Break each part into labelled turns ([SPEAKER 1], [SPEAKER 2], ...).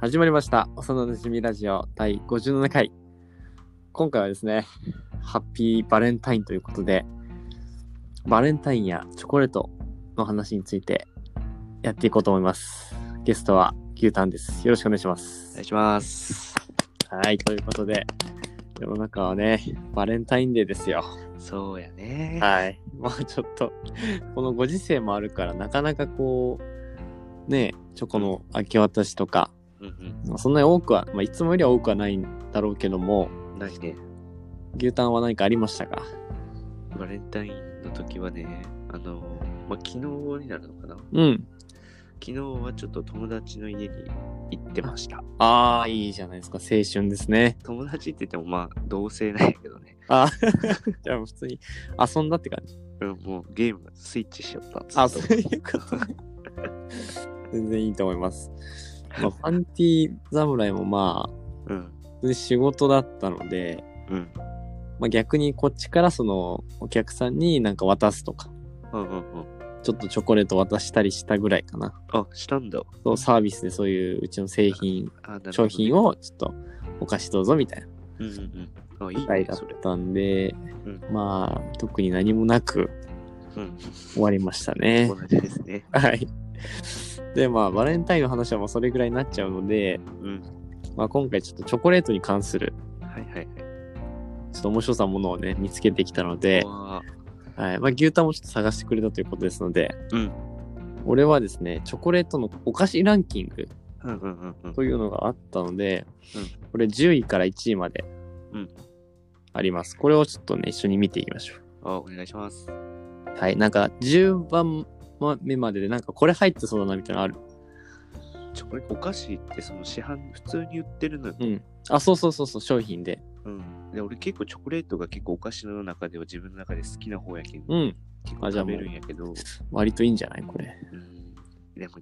[SPEAKER 1] 始まりました。幼なじみラジオ第57回。今回はですね、ハッピーバレンタインということで、バレンタインやチョコレートの話についてやっていこうと思います。ゲストは牛タンです。よろしくお願いしま
[SPEAKER 2] お
[SPEAKER 1] す
[SPEAKER 2] 願い。します。
[SPEAKER 1] はい、ということで、世の中はね、バレンタインデーですよ。
[SPEAKER 2] そうやね。
[SPEAKER 1] はい。まあちょっと、このご時世もあるから、なかなかこう、ね、チョコの明け渡しとか、
[SPEAKER 2] うん
[SPEAKER 1] まあそんなに多くは、まあ、いつもよりは多くはないんだろうけども、
[SPEAKER 2] うん。ないね。
[SPEAKER 1] 牛タンは何かありましたか
[SPEAKER 2] バレンタインの時はね、あの、まあ、昨日になるのかな昨
[SPEAKER 1] うん。
[SPEAKER 2] 日はちょっと友達の家に行ってました。
[SPEAKER 1] ああ、いいじゃないですか。青春ですね。
[SPEAKER 2] 友達って言ってもまあ、同性なんやけどね。
[SPEAKER 1] あ ーじゃあ普通に遊んだって感じ。
[SPEAKER 2] うん、もうゲームスイッチしちゃった。
[SPEAKER 1] あ、
[SPEAKER 2] ず
[SPEAKER 1] そ
[SPEAKER 2] っと
[SPEAKER 1] ういうことね。 全然いいと思います。まあ、パンティ侍もまあ、
[SPEAKER 2] うん。
[SPEAKER 1] 普通に仕事だったので、
[SPEAKER 2] うん。
[SPEAKER 1] まあ、逆にこっちからそのお客さんになんか渡すとか、
[SPEAKER 2] うんうんうん。
[SPEAKER 1] ちょっとチョコレート渡したりしたぐらいかな。
[SPEAKER 2] あ、したんだ。
[SPEAKER 1] そうサービスでそういううちの製品、
[SPEAKER 2] あ、なるほどね
[SPEAKER 1] 商品。をちょっとお菓子どうぞみたいな。
[SPEAKER 2] うんうんうん。あ、いい
[SPEAKER 1] 会
[SPEAKER 2] ね、
[SPEAKER 1] だっ
[SPEAKER 2] それ。
[SPEAKER 1] たんで、
[SPEAKER 2] うん
[SPEAKER 1] まあ特に何もなく
[SPEAKER 2] うん。
[SPEAKER 1] 終わりましたね
[SPEAKER 2] 同。じですね。
[SPEAKER 1] はい。でまあバレンタインの話はもうそれぐらいになっちゃうので、
[SPEAKER 2] うん。
[SPEAKER 1] まあ、今回ちょっとチョコレートに関する
[SPEAKER 2] はいはい
[SPEAKER 1] ちょっと面白さものをね見つけてきたの
[SPEAKER 2] はい。
[SPEAKER 1] で
[SPEAKER 2] う、わ
[SPEAKER 1] はいまあ、牛タンもちょっと探してくれたということですので、
[SPEAKER 2] うん
[SPEAKER 1] 俺はですねチョコレートのお菓子ランキング
[SPEAKER 2] ーうんうんうんうん。
[SPEAKER 1] というのがあったので、
[SPEAKER 2] う
[SPEAKER 1] これ10位から1位まで
[SPEAKER 2] うん
[SPEAKER 1] あります。これをちょっとね一緒に見ていきましょう。
[SPEAKER 2] あ、お願いします。
[SPEAKER 1] はい、なんか10番目まででなんかこれ入ってそうだなみたいなのある。
[SPEAKER 2] チョコレートお菓子ってその市販普通に売ってるのよ、
[SPEAKER 1] うん。あ、そうそうそうそう、商品で。
[SPEAKER 2] うん、で俺結構チョコレートが結構お菓子の中では自分の中で好きな方やけど、
[SPEAKER 1] うん。
[SPEAKER 2] 結構
[SPEAKER 1] あじゃあ
[SPEAKER 2] 食
[SPEAKER 1] もう
[SPEAKER 2] べるんやけど、
[SPEAKER 1] 割といいんじゃないこれ。
[SPEAKER 2] うん、でも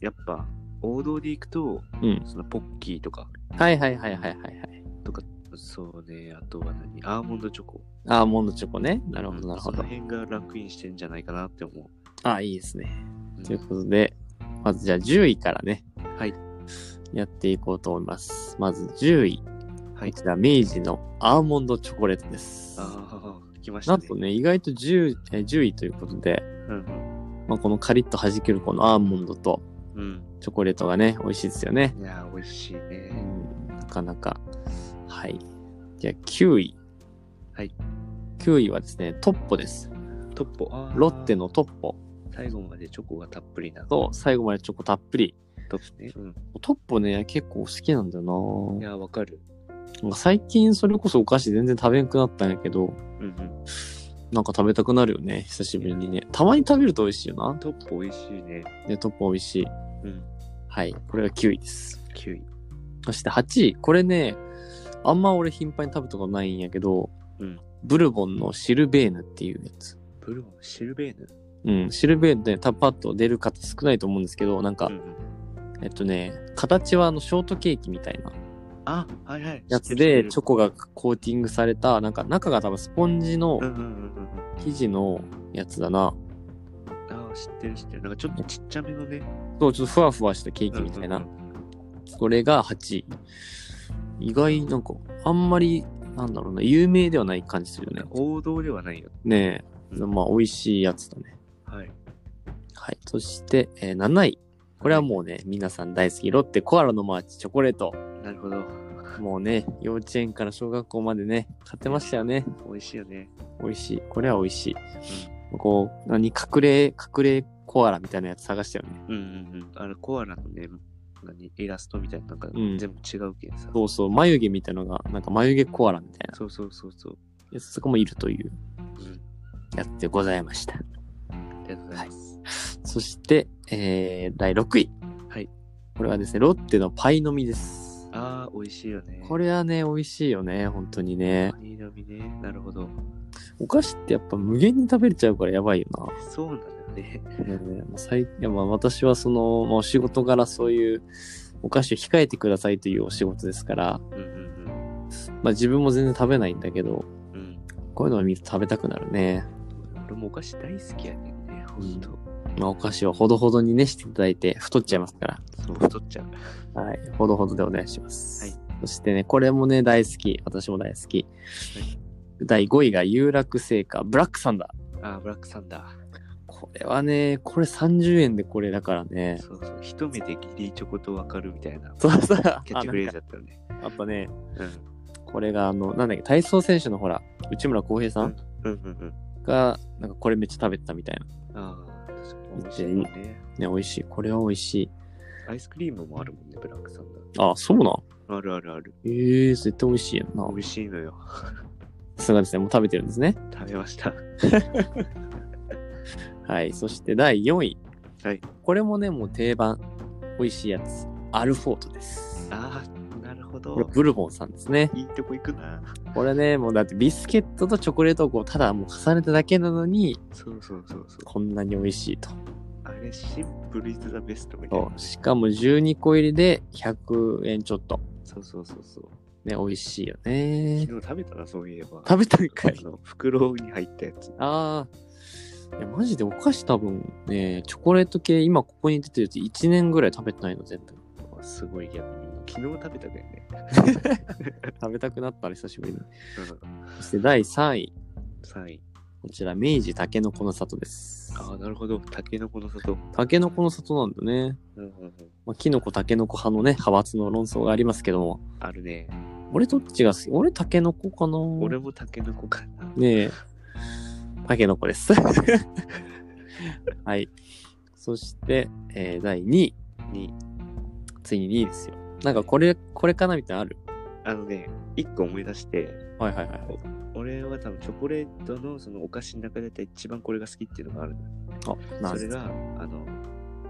[SPEAKER 2] やっぱ王道でいくと
[SPEAKER 1] うん。
[SPEAKER 2] そのポッキーとか
[SPEAKER 1] はいはいはいはいはいはい。
[SPEAKER 2] そうねあとは何アーモンドチョコ
[SPEAKER 1] アーモンドチョコね。なるほどなるほ
[SPEAKER 2] うん
[SPEAKER 1] ど
[SPEAKER 2] そ。の辺がランクインしてんじゃないかなって思う、
[SPEAKER 1] あ、いいですね。
[SPEAKER 2] うん
[SPEAKER 1] ということで、まずじゃあ10位からね、
[SPEAKER 2] はい
[SPEAKER 1] やっていこうと思います。まず10位。
[SPEAKER 2] はい
[SPEAKER 1] こちら、明治のアーモンドチョコレートです。
[SPEAKER 2] ああ来ました
[SPEAKER 1] な
[SPEAKER 2] ね
[SPEAKER 1] んとね、意外と 10, え10位ということで、
[SPEAKER 2] うん
[SPEAKER 1] まあ、このカリッと弾けるこのアーモンドと
[SPEAKER 2] うん、
[SPEAKER 1] チョコレートがね、美味しいですよね。
[SPEAKER 2] うん、いやー美味しいね
[SPEAKER 1] うんなかなか。はい。じゃあ9位。
[SPEAKER 2] はい。
[SPEAKER 1] 9位はですね、トッポです。
[SPEAKER 2] トッポあー
[SPEAKER 1] ロッテのトッポ
[SPEAKER 2] 最後までチョコがたっぷりな
[SPEAKER 1] と最後までチョコたっぷり。
[SPEAKER 2] トップね、うん
[SPEAKER 1] トッポね、結構好きなんだよ
[SPEAKER 2] いや、わかる。
[SPEAKER 1] ななんか最近それこそお菓子全然食べんくなったんやけど、
[SPEAKER 2] うんうん。
[SPEAKER 1] なんか食べたくなるよね、久しぶりにね。たまに食べると美味しいよな。
[SPEAKER 2] トップ美味しいね。
[SPEAKER 1] で、トッポ美味しい。
[SPEAKER 2] うん。
[SPEAKER 1] はい。これが9位です。
[SPEAKER 2] 9位。
[SPEAKER 1] そして8位。これね、あんま俺頻繁に食べたことないんやけど、
[SPEAKER 2] うん
[SPEAKER 1] ブルボンのシルベーヌっていうやつ。
[SPEAKER 2] ブルボン、シルベーヌ。
[SPEAKER 1] うん、シルベールでタパッと出る方少ないと思うんですけど、なんか、
[SPEAKER 2] うんうん
[SPEAKER 1] えっとね、形はあのショートケーキみたいな
[SPEAKER 2] あ、はいはい。
[SPEAKER 1] やつで、チョ
[SPEAKER 2] コ。
[SPEAKER 1] コがコーティングされた、なんか中が多分スポンジの
[SPEAKER 2] うんうんうんうん。
[SPEAKER 1] 生地のやつだな。
[SPEAKER 2] あー、知ってる知ってる。なんかちょっとちっちゃめのね。
[SPEAKER 1] そう、ちょっとふわふわしたケーキみたいな。これが8位。意外、なんか、あんまり、なんだろうな、有名ではない感じするよね。
[SPEAKER 2] 王道ではないよ。
[SPEAKER 1] ねえ、
[SPEAKER 2] うん
[SPEAKER 1] まあ、美味しいやつだね。
[SPEAKER 2] はい。
[SPEAKER 1] はい。そして、えー7位。これはもうね、皆さん大好き、ロッテコアラのマーチチョコレート。
[SPEAKER 2] なるほど。
[SPEAKER 1] もうね、幼稚園から小学校までね、買ってましたよね。
[SPEAKER 2] 美味しいよね。
[SPEAKER 1] 美味しい。これは美味しい。こう、何、隠れ、隠れコアラみたいなやつ探したよね。
[SPEAKER 2] うんうんうん。あの、コアラのね、何イラストみたいな、なんか
[SPEAKER 1] うん
[SPEAKER 2] 全部違うけんさ。
[SPEAKER 1] そうそう、眉毛みたいのが、なんか眉毛コアラみたいな
[SPEAKER 2] そうそうそうそう。
[SPEAKER 1] やつとかもいるという
[SPEAKER 2] うん。
[SPEAKER 1] やつでございました。
[SPEAKER 2] ありがとうございます。
[SPEAKER 1] そして、えー、第6位。
[SPEAKER 2] はい。
[SPEAKER 1] これはですね、ロッテのパイの実です。
[SPEAKER 2] あー、美味しいよね。
[SPEAKER 1] これはね、美味しいよね、本当にね。
[SPEAKER 2] いいのみね。なるほど。
[SPEAKER 1] お菓子ってやっぱ無限に食べれちゃうからやばいよな。
[SPEAKER 2] そうなんだよね。
[SPEAKER 1] ねもう最いやまあ私はその、まあ、お仕事柄そういうお菓子を控えてくださいというお仕事ですから、
[SPEAKER 2] うんうん
[SPEAKER 1] まあ、自分も全然食べないんだけど
[SPEAKER 2] うん。うん。
[SPEAKER 1] こういうのを見ると食べたくなるね
[SPEAKER 2] 俺もお菓子大好きやねんね、ほんと。
[SPEAKER 1] まあ、お菓子をほどほどにね、していただいて、太っちゃいますか
[SPEAKER 2] そう、太っちゃう。
[SPEAKER 1] ら。はい。ほどほどでお願いします。
[SPEAKER 2] はい
[SPEAKER 1] そしてね、これもね、大好き。私も大好き。第5位が有楽製菓、ブラックサンダー。
[SPEAKER 2] あー、ブラックサンダ
[SPEAKER 1] これはね、これ30円でこれだから
[SPEAKER 2] ー。
[SPEAKER 1] ね。
[SPEAKER 2] そうそう。一目でギリチョコとわかるみたいな。
[SPEAKER 1] そうそう。
[SPEAKER 2] キャッチフレーズだったよね。
[SPEAKER 1] あなんかあとね、
[SPEAKER 2] うん。
[SPEAKER 1] これがあの、なんだっけ、体操選手のほら、内村航平さん
[SPEAKER 2] うんうん
[SPEAKER 1] が、なんかこれめっちゃ食べてたみたいな。
[SPEAKER 2] うん。ああ、確かに美味しいもんね。
[SPEAKER 1] ね、美味しい。これは美味しい。
[SPEAKER 2] アイスクリームもあるもんね、ブラックサンダー。
[SPEAKER 1] あ、そうなん
[SPEAKER 2] あるあるある。
[SPEAKER 1] ええー、絶対美味しいやんな
[SPEAKER 2] 美。味しいのよ。
[SPEAKER 1] さすがですね、もう食べてるんですね。
[SPEAKER 2] 食べま した。
[SPEAKER 1] はい。そして第4位。
[SPEAKER 2] はい。
[SPEAKER 1] これもね、もう定番。美味しいやつ。アルフォートです。
[SPEAKER 2] ああ、なるほ
[SPEAKER 1] これ
[SPEAKER 2] ど。
[SPEAKER 1] ブルボンさんですね。
[SPEAKER 2] いいとこ行くな。
[SPEAKER 1] これね、もうだってビスケットとチョコレートをこう、ただもう重ねただけなのに、
[SPEAKER 2] そうそうそうそう。
[SPEAKER 1] こんなに美味しいと。
[SPEAKER 2] あれ、シンプルイズザベストみたい
[SPEAKER 1] そ
[SPEAKER 2] な
[SPEAKER 1] う。。しかも12個入りで100円ちょっと。
[SPEAKER 2] そうそうそうそう。
[SPEAKER 1] ね、美味しいよね。
[SPEAKER 2] 昨日食べたな、そういえば。
[SPEAKER 1] 食べたんかい
[SPEAKER 2] あ。の袋に入ったやつ。
[SPEAKER 1] ああ。いや、マジでお菓子多分ね、チョコレート系、今ここに出てるやつ1年ぐらい食べてないの、全部。
[SPEAKER 2] すごい逆に。昨日食べたけどね。
[SPEAKER 1] 食べたくなったら久しぶりに。
[SPEAKER 2] うん。
[SPEAKER 1] そして第3位。
[SPEAKER 2] 3位。
[SPEAKER 1] こちら、明治たけのこの里です。
[SPEAKER 2] ああ、なるほど。タケノコの里。
[SPEAKER 1] たけのこの里なんだね。
[SPEAKER 2] うんうんうん。
[SPEAKER 1] まあ、キノコ、たけのこ派のね、派閥の論争がありますけども。
[SPEAKER 2] あるね。
[SPEAKER 1] 俺どっちが好き俺たけのこかな
[SPEAKER 2] 俺もタケノコかな。
[SPEAKER 1] ねえ、たけのこです。はい。そして、えー第2位。
[SPEAKER 2] に。
[SPEAKER 1] ついに2位ですよ。なんかこれ、これかなみたいなのある
[SPEAKER 2] あのね、1個思い出して、
[SPEAKER 1] はいはいはい。
[SPEAKER 2] 俺は多分チョコレートのそのお菓子の中で一番これが好きっていうのがあるのよ
[SPEAKER 1] あ、な
[SPEAKER 2] そ
[SPEAKER 1] んで
[SPEAKER 2] れ
[SPEAKER 1] す
[SPEAKER 2] が、あの、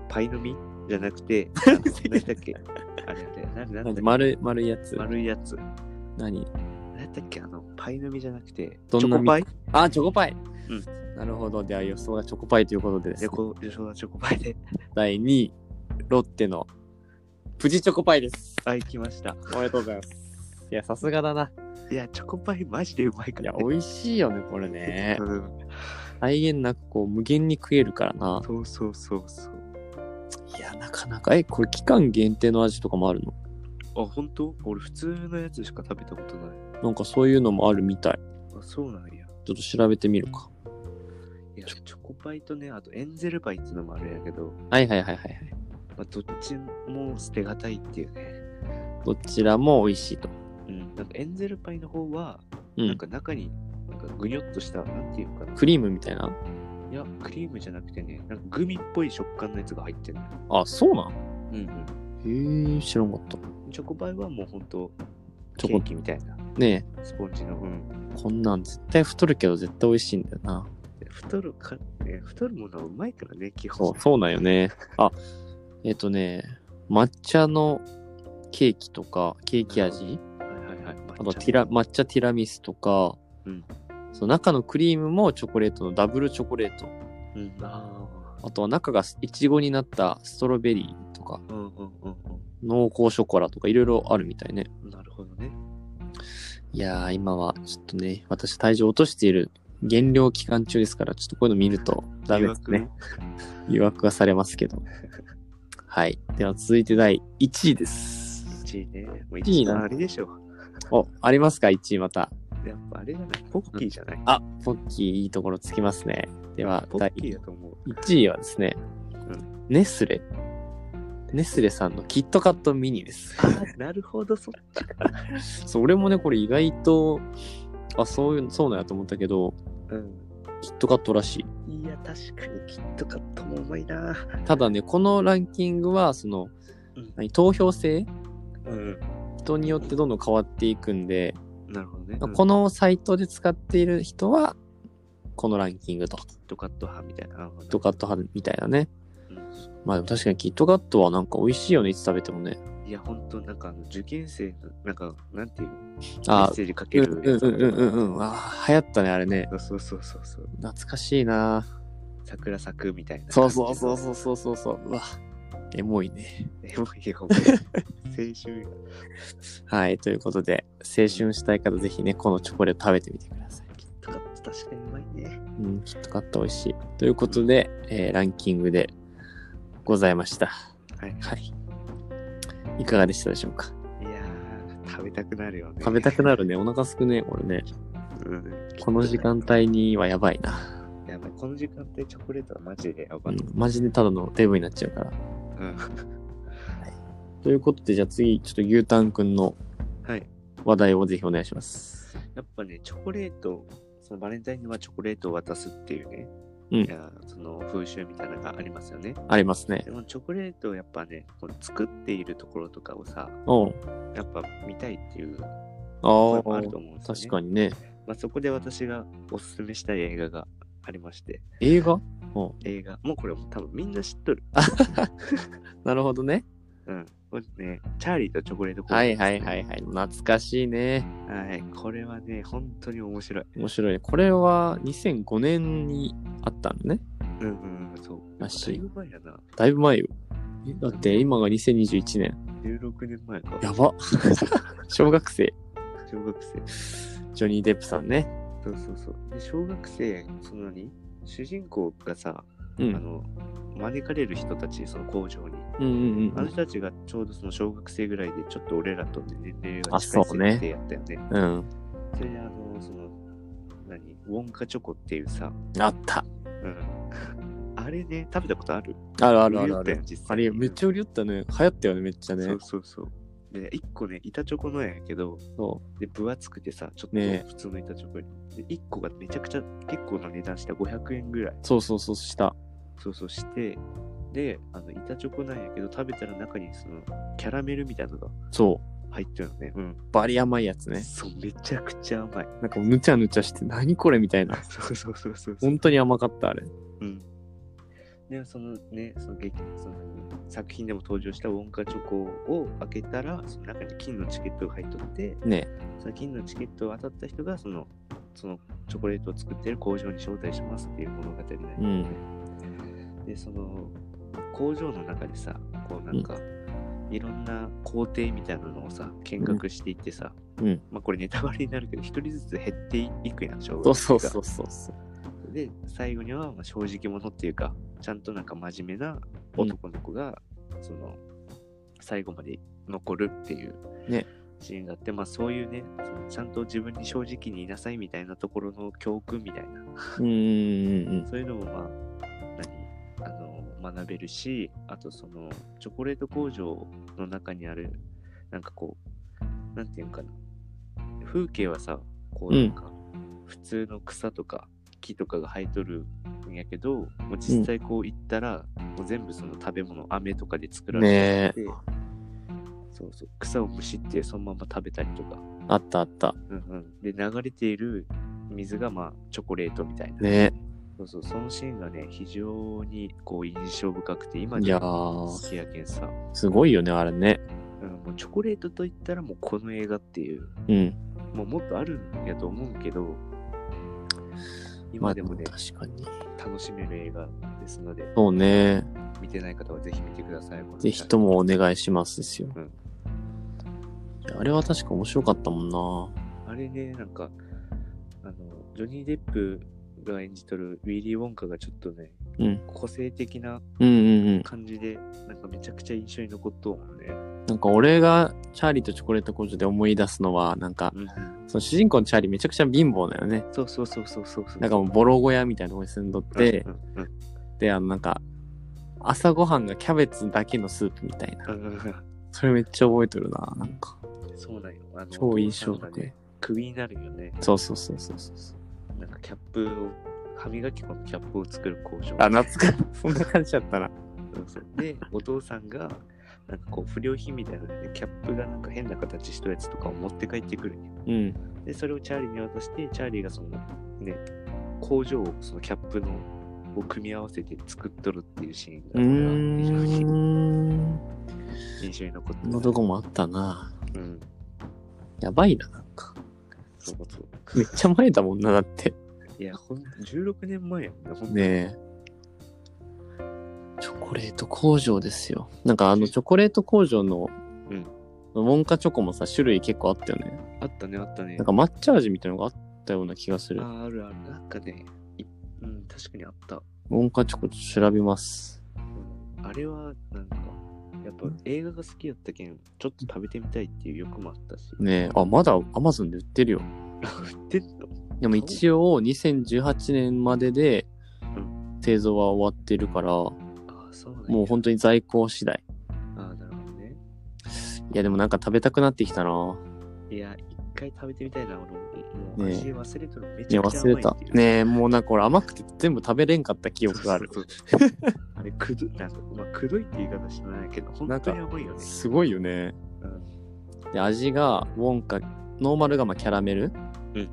[SPEAKER 2] パイの実じゃな くて、あの何だっけあれあれ、なんなんだっけ
[SPEAKER 1] 丸い、丸いやつ。
[SPEAKER 2] 丸いやつ。
[SPEAKER 1] 何
[SPEAKER 2] なんだっけあの、パイの実じゃなくて、
[SPEAKER 1] どんな実
[SPEAKER 2] チョコパイ
[SPEAKER 1] あ、チョコパイ。
[SPEAKER 2] う
[SPEAKER 1] なるほど。では予想がチョコパイということでですね、
[SPEAKER 2] でこう、そのチョコパイで。
[SPEAKER 1] 第2位、ロッテのプチチョコパイです。
[SPEAKER 2] あ、行きました。
[SPEAKER 1] おめでとうございます。いや、さすがだな。
[SPEAKER 2] いや、チョコパイマジでうまいか
[SPEAKER 1] い
[SPEAKER 2] ら、
[SPEAKER 1] や、
[SPEAKER 2] ね。
[SPEAKER 1] 美味しいよね、これね。
[SPEAKER 2] うん、
[SPEAKER 1] 再現なくこう、無限に食えるからな。
[SPEAKER 2] そうそうそうそう。
[SPEAKER 1] いや、なかなか。え、これ期間限定の味とかもあるの
[SPEAKER 2] あ、本当俺普通のやつしか食べたことない。
[SPEAKER 1] なんかそういうのもあるみたい。
[SPEAKER 2] あ、そうなんや。
[SPEAKER 1] ちょっと調べてみるか。
[SPEAKER 2] いや、チョコパイとね、あとエンゼルパイっていうのもあるんやけど、
[SPEAKER 1] はいはいはいはいはい。
[SPEAKER 2] まあ、どっちも捨てがたいっていうね。
[SPEAKER 1] どちらも美味しいと。
[SPEAKER 2] うん。なんかエンゼルパイの方は、
[SPEAKER 1] うん
[SPEAKER 2] なんか中に、なんかぐにょっとした、なんていうかな。
[SPEAKER 1] クリームみたいない
[SPEAKER 2] や、クリームじゃなくてね、なんかグミっぽい食感のやつが入ってるのよ。
[SPEAKER 1] あ、そうな
[SPEAKER 2] うんうん。
[SPEAKER 1] んへえ、知らんかった。
[SPEAKER 2] チョコパイはもうほんと、
[SPEAKER 1] チ
[SPEAKER 2] チ
[SPEAKER 1] ョ
[SPEAKER 2] ョ
[SPEAKER 1] コ
[SPEAKER 2] コキみたいな。
[SPEAKER 1] ね
[SPEAKER 2] スポンジの。うん。
[SPEAKER 1] え、こんなん絶対太るけど絶対美味しいんだよな。
[SPEAKER 2] 太るか、ね、太るものはうまいからね、基
[SPEAKER 1] そ
[SPEAKER 2] 本
[SPEAKER 1] う、。そうなんよね。あ、えっ、とね、抹茶のケーキとか、ケーキ味、
[SPEAKER 2] はいはいはい。
[SPEAKER 1] あとティラ、抹茶ティラミスとか、
[SPEAKER 2] うん
[SPEAKER 1] その中のクリームもチョコレートのダブルチョコレート。
[SPEAKER 2] うん、あ
[SPEAKER 1] あとは中がイチゴになったストロベリーとか、
[SPEAKER 2] あ、うんうんうん
[SPEAKER 1] 濃厚ショコラとかいろいろあるみたいね。
[SPEAKER 2] うん。なるほどね。
[SPEAKER 1] いやー、今はちょっとね、私体重落としている減量期間中ですから、ちょっとこういうの見るとダメですね。誘惑はされますけ ど。はい。では続いて第1位です。
[SPEAKER 2] 1位ね。もう
[SPEAKER 1] いい
[SPEAKER 2] 1位
[SPEAKER 1] な
[SPEAKER 2] あれでしょ。
[SPEAKER 1] お、ありますか ?1 位また。
[SPEAKER 2] やっぱあれじゃない。ポッキーじゃない。
[SPEAKER 1] あ、ポッキーいいところつきますね。では、
[SPEAKER 2] ポ
[SPEAKER 1] 第
[SPEAKER 2] ッキーだと思う。
[SPEAKER 1] 1位はですね、ネスレ。ネスレさんのキットカットミニです。
[SPEAKER 2] あなるほど、そっちか。
[SPEAKER 1] そう、俺もね、これ意外と、あ、そういう、そうなんやと思ったけど、
[SPEAKER 2] うん。
[SPEAKER 1] キットカットらしい。
[SPEAKER 2] いや、確かにキットカットもうまいな。
[SPEAKER 1] ただね、このランキングは、その
[SPEAKER 2] うん、
[SPEAKER 1] 何投票制
[SPEAKER 2] うん。
[SPEAKER 1] 人によってどんどん変わっていくんで、
[SPEAKER 2] なるほどね。
[SPEAKER 1] こ
[SPEAKER 2] の
[SPEAKER 1] のサイトで使っている人は、このランキングと、キ
[SPEAKER 2] キットカット派みたいな。なるほ
[SPEAKER 1] ッ
[SPEAKER 2] ど
[SPEAKER 1] トカット派みたいなね。
[SPEAKER 2] うん
[SPEAKER 1] まあでも確かにキットカットはなんか美味しいよね、いつ食べてもね。
[SPEAKER 2] いや、ほんと、なんかあの、受験生の、なんか、なんていう、メ
[SPEAKER 1] あ
[SPEAKER 2] ッセージかけ
[SPEAKER 1] うん
[SPEAKER 2] る
[SPEAKER 1] うん
[SPEAKER 2] やつ
[SPEAKER 1] うんうんうんうん。あー流行ったね、あれね。
[SPEAKER 2] そうそうそうそう。
[SPEAKER 1] 懐かしいな。
[SPEAKER 2] 桜咲くみたいな。
[SPEAKER 1] そうそうそうそうそうそうそう。うわ、エモいね。
[SPEAKER 2] でもいやほんまに青春や
[SPEAKER 1] はい、ということで、青春したい方、ぜひね、このチョコレート食べてみてください。
[SPEAKER 2] とか確かにうまいね。
[SPEAKER 1] うん、キットカット美味しい。ということで、えーランキングでございました。
[SPEAKER 2] はい。
[SPEAKER 1] はい。いかがでしたでしょうか
[SPEAKER 2] いやー、食べたくなるよね。
[SPEAKER 1] 食べたくなるね。お腹すくね、これね。
[SPEAKER 2] うん
[SPEAKER 1] この時間帯にはやばいな。
[SPEAKER 2] やばい、この時間ってチョコレートはマジでや
[SPEAKER 1] う
[SPEAKER 2] ばい
[SPEAKER 1] ん。、マジでただのデブになっちゃうから。
[SPEAKER 2] うん。
[SPEAKER 1] ということで、じゃあ次、ちょっと牛タンくんの
[SPEAKER 2] はい。
[SPEAKER 1] 話題をぜひお願いします。
[SPEAKER 2] やっぱね、チョコレート、そのバレンタインにはチョコレートを渡すっていうね、
[SPEAKER 1] うん
[SPEAKER 2] いやその風習みたいなのがありますよね。
[SPEAKER 1] ありますね。
[SPEAKER 2] でもチョコレートをやっぱね、この作っているところとかをさ、
[SPEAKER 1] おう
[SPEAKER 2] やっぱ見たいっていう
[SPEAKER 1] あ
[SPEAKER 2] 声もあると
[SPEAKER 1] あ、
[SPEAKER 2] 思うんですよ、ね。
[SPEAKER 1] 確かにね。
[SPEAKER 2] まあ、そこで私がおすすめしたい映画がありまして、
[SPEAKER 1] 映画
[SPEAKER 2] 映画、もうこれも多分みんな知っとる。
[SPEAKER 1] なるほどね。
[SPEAKER 2] うん。これね、チャーリーとチョコレート工場
[SPEAKER 1] はい
[SPEAKER 2] ですね
[SPEAKER 1] はいはいはい。懐かしいね。
[SPEAKER 2] はい、これはね、本当に面白い。
[SPEAKER 1] 面白いね。これは2005年にあったのね。
[SPEAKER 2] うんうん、そう。
[SPEAKER 1] らしい
[SPEAKER 2] だいぶ前やな。
[SPEAKER 1] だいぶ前よ。えだって今が2021年。
[SPEAKER 2] 16年前か。
[SPEAKER 1] やば。 小学生。
[SPEAKER 2] 小学生。
[SPEAKER 1] ジョニー・デップさんね。
[SPEAKER 2] そうそうそう。で、小学生、そのに、主人公がさ、
[SPEAKER 1] うん。う
[SPEAKER 2] あ
[SPEAKER 1] ん
[SPEAKER 2] の、招かれる人たち、その工場に。
[SPEAKER 1] うんう
[SPEAKER 2] あ
[SPEAKER 1] ん
[SPEAKER 2] の人たちがちょうどその小学生ぐらいで、ちょっと俺らと、ね、年齢が
[SPEAKER 1] あ
[SPEAKER 2] 近い
[SPEAKER 1] そうね
[SPEAKER 2] 設定やったよね。
[SPEAKER 1] うん。
[SPEAKER 2] それで、あの、その、何、ウォンカチョコっていうさ、
[SPEAKER 1] うん。あった。
[SPEAKER 2] うん。 あれね、食べたことある
[SPEAKER 1] あるあるあるあ
[SPEAKER 2] 売り寄ったよ
[SPEAKER 1] る。
[SPEAKER 2] 実際
[SPEAKER 1] あれ、めっちゃ売り寄ったね。流行ったよね、めっちゃ
[SPEAKER 2] そ
[SPEAKER 1] ね
[SPEAKER 2] う。そうそう。で、1個ね、板チョコのやけど、
[SPEAKER 1] そ
[SPEAKER 2] で、分厚くてさ、ちょっ
[SPEAKER 1] ね。
[SPEAKER 2] と普通の板チョコより。で、1個がめちゃくちゃ結構な値段した500円ぐらいう
[SPEAKER 1] そうそうそうした。
[SPEAKER 2] そうそうして、で、あの板チョコなんやけど、食べたら中にそのキャラメルみたいなのが
[SPEAKER 1] そ
[SPEAKER 2] 入ってるのね。うん。
[SPEAKER 1] う。バリ甘いやつね。
[SPEAKER 2] そう、めちゃくちゃ 甘い。
[SPEAKER 1] なんかむちゃぬちゃして、何これみたいな。
[SPEAKER 2] そうそうそうそうそう。
[SPEAKER 1] 本当に甘かった、あれ。
[SPEAKER 2] うん。で、そのね、その劇、その作品でも登場したウォンカチョコを開けたら、その中に金のチケットが入っとって、
[SPEAKER 1] ね
[SPEAKER 2] その金のチケットを当たった人が、その、そのチョコレートを作ってる工場に招待しますっていう物語だよね。
[SPEAKER 1] うん。
[SPEAKER 2] でその工場の中でさこうなんか、いろんな工程みたいなのをさ見学していってさ、
[SPEAKER 1] うん
[SPEAKER 2] まあ、これネタバレになるけど一人ずつ減っていくやん正直
[SPEAKER 1] そうそうそうそうそう。
[SPEAKER 2] で最後にはまあ正直者っていうかちゃんとなんか真面目な男の子が、その最後まで残るっていう
[SPEAKER 1] ね
[SPEAKER 2] シーンがあって、まあそういうねそのちゃんと自分に正直にいなさいみたいなところの教訓みたいな
[SPEAKER 1] うんうんうん
[SPEAKER 2] そういうのもまあ、何あの、学べるし、あとその、チョコレート工場の中にある、なんかこう、なんていうのかな。風景はさ、こう
[SPEAKER 1] う
[SPEAKER 2] なんんか、普通の草とか木とかが生えとるんやけど、もう実際こう行ったら、もう全部その食べ物、飴とかで作
[SPEAKER 1] う
[SPEAKER 2] ら
[SPEAKER 1] ん。
[SPEAKER 2] れて
[SPEAKER 1] ねえ
[SPEAKER 2] て、。そうそう、草をむしってそのまま食べたりとか、
[SPEAKER 1] あったあった。
[SPEAKER 2] うんうん、で、流れている水がまあ、チョコレートみたいな。
[SPEAKER 1] ね
[SPEAKER 2] そうそう、そのシーンがね、非常にこう印象深くて、今
[SPEAKER 1] い
[SPEAKER 2] で
[SPEAKER 1] や
[SPEAKER 2] も好
[SPEAKER 1] ー、
[SPEAKER 2] きやけんさ、
[SPEAKER 1] すごいよね、あれね。
[SPEAKER 2] うん、もうチョコレートといったらもうこの映画っていう、
[SPEAKER 1] うん。
[SPEAKER 2] もうもっとあるんやと思うけど、
[SPEAKER 1] まあ
[SPEAKER 2] 今
[SPEAKER 1] で
[SPEAKER 2] で
[SPEAKER 1] も
[SPEAKER 2] もね、
[SPEAKER 1] 確かに。
[SPEAKER 2] 楽しめる映画ですので、
[SPEAKER 1] そうね。
[SPEAKER 2] 見てない方はぜひ見てください。この
[SPEAKER 1] ぜひともお願いしますですよ。
[SPEAKER 2] うん
[SPEAKER 1] いやあれは確か面白かったもんな。
[SPEAKER 2] あれね、なんか、あの、ジョニー・デップが演じとるウィリー・ウォンカがちょっとね、
[SPEAKER 1] うん
[SPEAKER 2] 個性的な
[SPEAKER 1] うんうんうん。
[SPEAKER 2] 感じで、なんかめちゃくちゃ印象に残っとうもんね。
[SPEAKER 1] なんか俺がチャーリーとチョコレート工場で思い出すのは、なんか、
[SPEAKER 2] うん、
[SPEAKER 1] その主人公のチャーリーめちゃくちゃ貧乏だよね。
[SPEAKER 2] そうそうそうそうそうそう。
[SPEAKER 1] なんかもうボロ小屋みたいなとこに住んどって
[SPEAKER 2] う、んうんうん
[SPEAKER 1] で、あのなんか、朝ごはんがキャベツだけのスープみたいな。それめっちゃ覚えてるな、なんか。
[SPEAKER 2] そうなんよ。あの
[SPEAKER 1] 超印象深
[SPEAKER 2] お父さんが
[SPEAKER 1] い
[SPEAKER 2] ね。。首になるよね。
[SPEAKER 1] そうそうそうそうそうそう。
[SPEAKER 2] なんかキャップを、歯磨き粉のキャップを作る工場。
[SPEAKER 1] あ、懐かしい。そんな感じだったな。
[SPEAKER 2] そうそうで、お父さんが、なんかこう、不良品みたいなので、キャップがなんか変な形したやつとかを持って帰ってくるんよ
[SPEAKER 1] うん。
[SPEAKER 2] で、それをチャーリーに渡して、チャーリーがその、ね、工場をそのキャップの、を組み合わせて作っとるっていうシー
[SPEAKER 1] うー
[SPEAKER 2] ンが、非常に
[SPEAKER 1] ん。
[SPEAKER 2] 印象に残って
[SPEAKER 1] そんなとこもあったな。
[SPEAKER 2] うん。
[SPEAKER 1] やばいな、なんか。
[SPEAKER 2] そうそう。
[SPEAKER 1] めっちゃ前だもんな、だって。
[SPEAKER 2] いや、ほん16年前やんね、ほん
[SPEAKER 1] ね
[SPEAKER 2] と
[SPEAKER 1] え。チョコレート工場ですよ。なんかあのチョコレート工場の、
[SPEAKER 2] うん
[SPEAKER 1] ウォンカチョコもさ、種類結構あったよね。
[SPEAKER 2] あったね、あったね。
[SPEAKER 1] なんか抹茶味みたいなのがあったような気がする。
[SPEAKER 2] ああるある。なんかね、い確かにあった。
[SPEAKER 1] 文化ちょっと調べます。
[SPEAKER 2] うんあれは、なんか、やっぱ映画が好きやったけん、ちょっと食べてみたいっていう欲もあったし。
[SPEAKER 1] ねえ、あ、まだ Amazon で売ってるよ。
[SPEAKER 2] 売ってんの
[SPEAKER 1] でも一応2018年までで
[SPEAKER 2] う
[SPEAKER 1] 製造は終わってるから、も
[SPEAKER 2] ああ、そうなんや
[SPEAKER 1] う本当に在庫次第。
[SPEAKER 2] ああ、なるほどね。
[SPEAKER 1] いや、でもなんか食べたくなってきたな。
[SPEAKER 2] いや、一回食べてみたいな、俺も。もう
[SPEAKER 1] ねえ
[SPEAKER 2] 味忘れとる。め
[SPEAKER 1] い
[SPEAKER 2] ち
[SPEAKER 1] や、
[SPEAKER 2] ゃくちゃ
[SPEAKER 1] 忘
[SPEAKER 2] 甘い
[SPEAKER 1] れ
[SPEAKER 2] って
[SPEAKER 1] た
[SPEAKER 2] いう。
[SPEAKER 1] ねえ、もうなんか俺甘くて全部食べれんかった記憶がある。
[SPEAKER 2] そうそうそう。 あれ、くどい、なんか、まあ、くどいって言い方しないけど、本当に甘いよね。
[SPEAKER 1] すごいよね。で、味がウォンカ、ノーマルがまあキャラメル。
[SPEAKER 2] うんうん。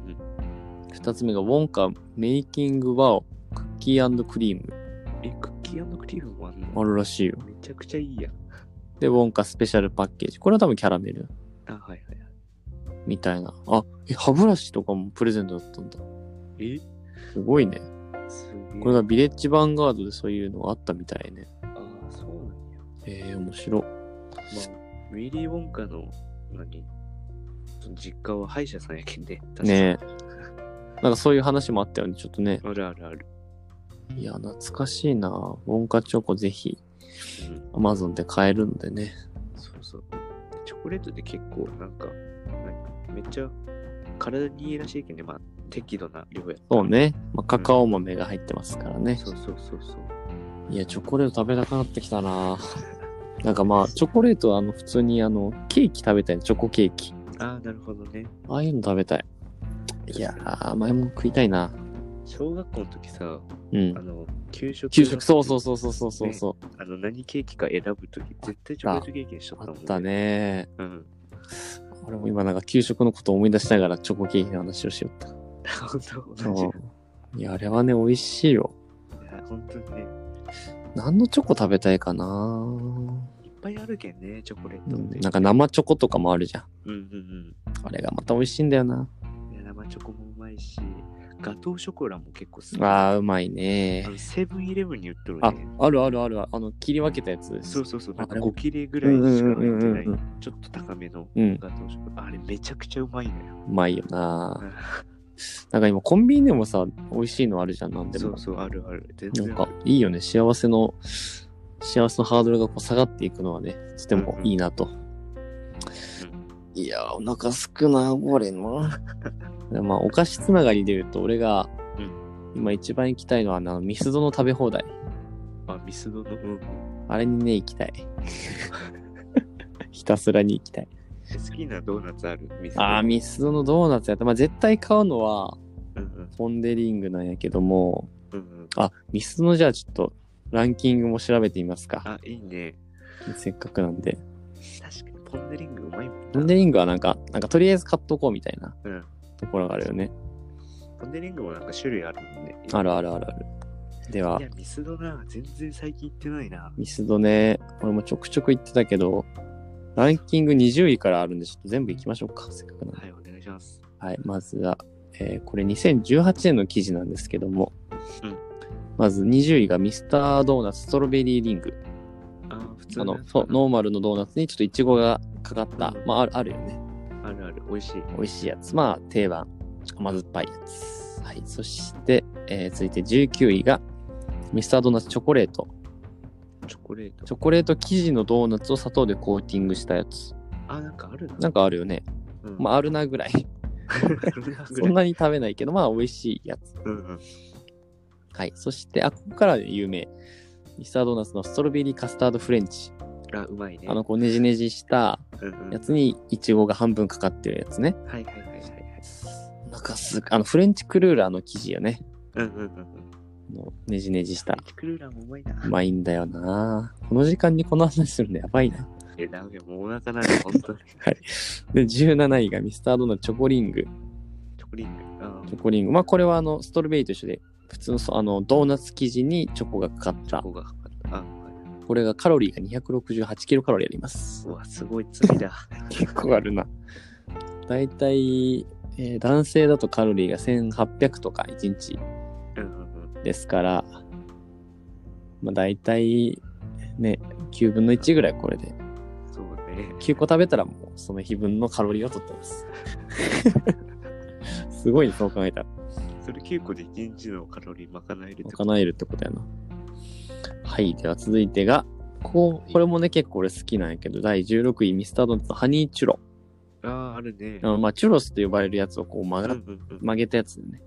[SPEAKER 1] 二つ目がウォンカメイキングワオクッキークリーム。
[SPEAKER 2] え、クッキークリームもあんの
[SPEAKER 1] あるらしいよ。
[SPEAKER 2] めちゃくちゃいいやん。
[SPEAKER 1] で、ウォンカスペシャルパッケージ。これは多分キャラメル
[SPEAKER 2] あ、はいはいは
[SPEAKER 1] みたいな。あ、え、歯ブラシとかもプレゼントだったんだ。
[SPEAKER 2] い。え
[SPEAKER 1] すごいね。
[SPEAKER 2] すげえ。
[SPEAKER 1] これがビレッジヴァンガードでそういうのがあったみたいね。
[SPEAKER 2] ああ、そうなんや。
[SPEAKER 1] えー、面白い。
[SPEAKER 2] まあ、ウィリー・ウォンカの、何その実家は歯医者さんやけんで、確か
[SPEAKER 1] ねえ。なんかそういう話もあったよね、ちょっとね。
[SPEAKER 2] あるあるある。
[SPEAKER 1] いや、懐かしいな。ウォンカチョコぜひ、
[SPEAKER 2] うん。
[SPEAKER 1] Amazon で買えるんでね。
[SPEAKER 2] そうそう。チョコレートって結構、なんか、なんかめっちゃ、体にいいらしいけんね、まあ、適度な量やった
[SPEAKER 1] そう。ね。まあ、カカオ豆が入ってますからね。
[SPEAKER 2] そうそうそうそう。
[SPEAKER 1] いや、チョコレート食べたくなってきたな。 なんかまあ、チョコレートはあの、普通にあの、ケーキ食べたい。チョコケーキ。
[SPEAKER 2] ああ、なるほどね。
[SPEAKER 1] ああいうの食べたい。いやー、甘いもん食いたいな。
[SPEAKER 2] 小学校の時さ、
[SPEAKER 1] う
[SPEAKER 2] あ
[SPEAKER 1] ん。
[SPEAKER 2] の、給食。
[SPEAKER 1] 給食、そうそうそうそうそうそうそう。
[SPEAKER 2] あの、何ケーキか選ぶとき、絶対チョコレートケーキにしとっ
[SPEAKER 1] あ
[SPEAKER 2] た
[SPEAKER 1] っ
[SPEAKER 2] もん、
[SPEAKER 1] た。ね。
[SPEAKER 2] うん。
[SPEAKER 1] 俺も今なんか給食のことを思い出しながらチョコケーキの話をしよった。
[SPEAKER 2] 本当、同じ。
[SPEAKER 1] そういや、あれはね、美味しいよ。
[SPEAKER 2] いや本当にね、
[SPEAKER 1] 何のチョコ食べたいかな、
[SPEAKER 2] いっぱいあるけんね、チョコレー
[SPEAKER 1] う
[SPEAKER 2] トっ
[SPEAKER 1] ん
[SPEAKER 2] て。
[SPEAKER 1] なんか生チョコとかもあるじゃん。
[SPEAKER 2] うんうん
[SPEAKER 1] あれがまた美味しいんだよな。
[SPEAKER 2] うん。いや生チョコもうまいし、ガトーショコラも結構好き。
[SPEAKER 1] ああ、うまい
[SPEAKER 2] あ
[SPEAKER 1] ね。
[SPEAKER 2] のセブンイレブンに売っとる
[SPEAKER 1] あ
[SPEAKER 2] ね。、
[SPEAKER 1] あるあるある。あの、切り分けたやつです。
[SPEAKER 2] そうそうそう、なん
[SPEAKER 1] あ
[SPEAKER 2] か
[SPEAKER 1] れ
[SPEAKER 2] 5切れぐ
[SPEAKER 1] う
[SPEAKER 2] らい
[SPEAKER 1] んうん
[SPEAKER 2] しか
[SPEAKER 1] う
[SPEAKER 2] 入
[SPEAKER 1] ん
[SPEAKER 2] っ
[SPEAKER 1] う
[SPEAKER 2] て
[SPEAKER 1] ん
[SPEAKER 2] ない、
[SPEAKER 1] うん。
[SPEAKER 2] ちょっと高めの
[SPEAKER 1] うん、
[SPEAKER 2] ガトーショコラ。あれめちゃくちゃうまいのよ。
[SPEAKER 1] うまいよな。なんか今、コンビニでもさ、美味しいのあるじゃん、なんで
[SPEAKER 2] そ
[SPEAKER 1] も
[SPEAKER 2] う。そう、あるある。全
[SPEAKER 1] なん
[SPEAKER 2] 然あ
[SPEAKER 1] か
[SPEAKER 2] る。、
[SPEAKER 1] いいよね。幸せの、幸せのハードルがこう下がっていくのはね、とてもいいなと。いやー、お腹すくな、これな。でまあ、お菓子つながりで言うと、俺が
[SPEAKER 2] う、
[SPEAKER 1] 今一番行きたいのは、あの、ミスドの食べ放題。
[SPEAKER 2] あ、ミスドの、うん。
[SPEAKER 1] あれにね、行きたい。 ひたすらに行きたい。
[SPEAKER 2] 好きなドーナツあるミスド。
[SPEAKER 1] あー、ミスドのドーナツやった。まあ、絶対買うのは、
[SPEAKER 2] うんうん
[SPEAKER 1] ポンデリングなんやけども、
[SPEAKER 2] うんうん。
[SPEAKER 1] あ、ミスドのじゃあちょっと、ランキングも調べてみますか。
[SPEAKER 2] あ、いいね。
[SPEAKER 1] せっかくなんで。
[SPEAKER 2] 確かにポンデリングうまいもんな。
[SPEAKER 1] ポンデリングはなんか、なんかとりあえず買っとこうみたいな
[SPEAKER 2] うん
[SPEAKER 1] ところがあるよね。
[SPEAKER 2] ポンデリングもなんか種類あるもんね。
[SPEAKER 1] あるあるあるある。ではい
[SPEAKER 2] や、、ミスドな、全然最近行ってないな。
[SPEAKER 1] ミスドね、俺もちょくちょく行ってたけど、ランキング20位からあるんで、ちょっと全部行きましょうか。せっかくなんで。
[SPEAKER 2] はい、お願いします。
[SPEAKER 1] はい、まずは、えーこれ2018年の記事なんですけども、
[SPEAKER 2] うん
[SPEAKER 1] まず20位がミスタードーナツストロベリーリング。
[SPEAKER 2] あ、普通
[SPEAKER 1] あ
[SPEAKER 2] の
[SPEAKER 1] の
[SPEAKER 2] や、つか
[SPEAKER 1] そ
[SPEAKER 2] な
[SPEAKER 1] う、ノーマルのドーナツにちょっとイチゴがかかった
[SPEAKER 2] う、ん
[SPEAKER 1] まあ、あるあるよね。
[SPEAKER 2] あるある、美味しい。
[SPEAKER 1] 美味しいやつ。まあ、定番。甘酸っぱいやつ。はい。そして、えー続いて19位が、ミスタードーナツチョコレート。
[SPEAKER 2] チョコレート。
[SPEAKER 1] チョコレート生地のドーナツを砂糖でコーティングしたやつ。
[SPEAKER 2] あ、なんかあるな。
[SPEAKER 1] なんかあるよね。
[SPEAKER 2] うん
[SPEAKER 1] まあ、あるなぐらい。 そんなに食べないけど、まあ、美味しいやつ。
[SPEAKER 2] うんうん。
[SPEAKER 1] はい。そして、あ、ここから有名。ミスタードーナツのストロベリーカスタードフレンチ。
[SPEAKER 2] あ、うまいね。
[SPEAKER 1] あの、こう、ねじねじした
[SPEAKER 2] うんうん、
[SPEAKER 1] やつに、イチゴが半分かかってるやつね。
[SPEAKER 2] はいはいはいはいはい。
[SPEAKER 1] お腹すく、あの、フレンチクルーラーの生地よね。
[SPEAKER 2] うんうんうんうん。
[SPEAKER 1] あのねじねじした。
[SPEAKER 2] チクルーラーもうまいな。
[SPEAKER 1] うまいんだよなこの時間にこの話するのやばいな。
[SPEAKER 2] え、ダメ、もうお腹なる、ほんとに。
[SPEAKER 1] で、17位がミスタードーナツチョコリング。
[SPEAKER 2] チョコリング。 あ
[SPEAKER 1] チョコリング。まあ、これはあの、ストロベリーと一緒で、普通のそあのドーナツ生地にチョコがかかっ
[SPEAKER 2] チョ
[SPEAKER 1] た。
[SPEAKER 2] コがかかった。あ、は
[SPEAKER 1] これがカロリーが268キロカロリーあります
[SPEAKER 2] い、う。わ、すごい罪だ。
[SPEAKER 1] 結構あるな。だいたい、えー男性だとカロリーが1800とか1日
[SPEAKER 2] うんうん
[SPEAKER 1] ですから、まあ、だいたいね、9分の1ぐらいこれで。
[SPEAKER 2] うん。そうね。
[SPEAKER 1] 9個食べたらもうその日分のカロリーを取ってます。すごいねそう考えたら。
[SPEAKER 2] それ9個で1日のカロリー賄えるってこと
[SPEAKER 1] 叶えるってことやな。はい、では続いてが、こうこれもね、結構俺好きなんやけど、第16位、ミスタードーナツのハニーチュロ。
[SPEAKER 2] ああ、あるね。
[SPEAKER 1] あのまあ、チュロスと呼ばれるやつをこう曲
[SPEAKER 2] うんう
[SPEAKER 1] が
[SPEAKER 2] んうん
[SPEAKER 1] 曲げたやつでね。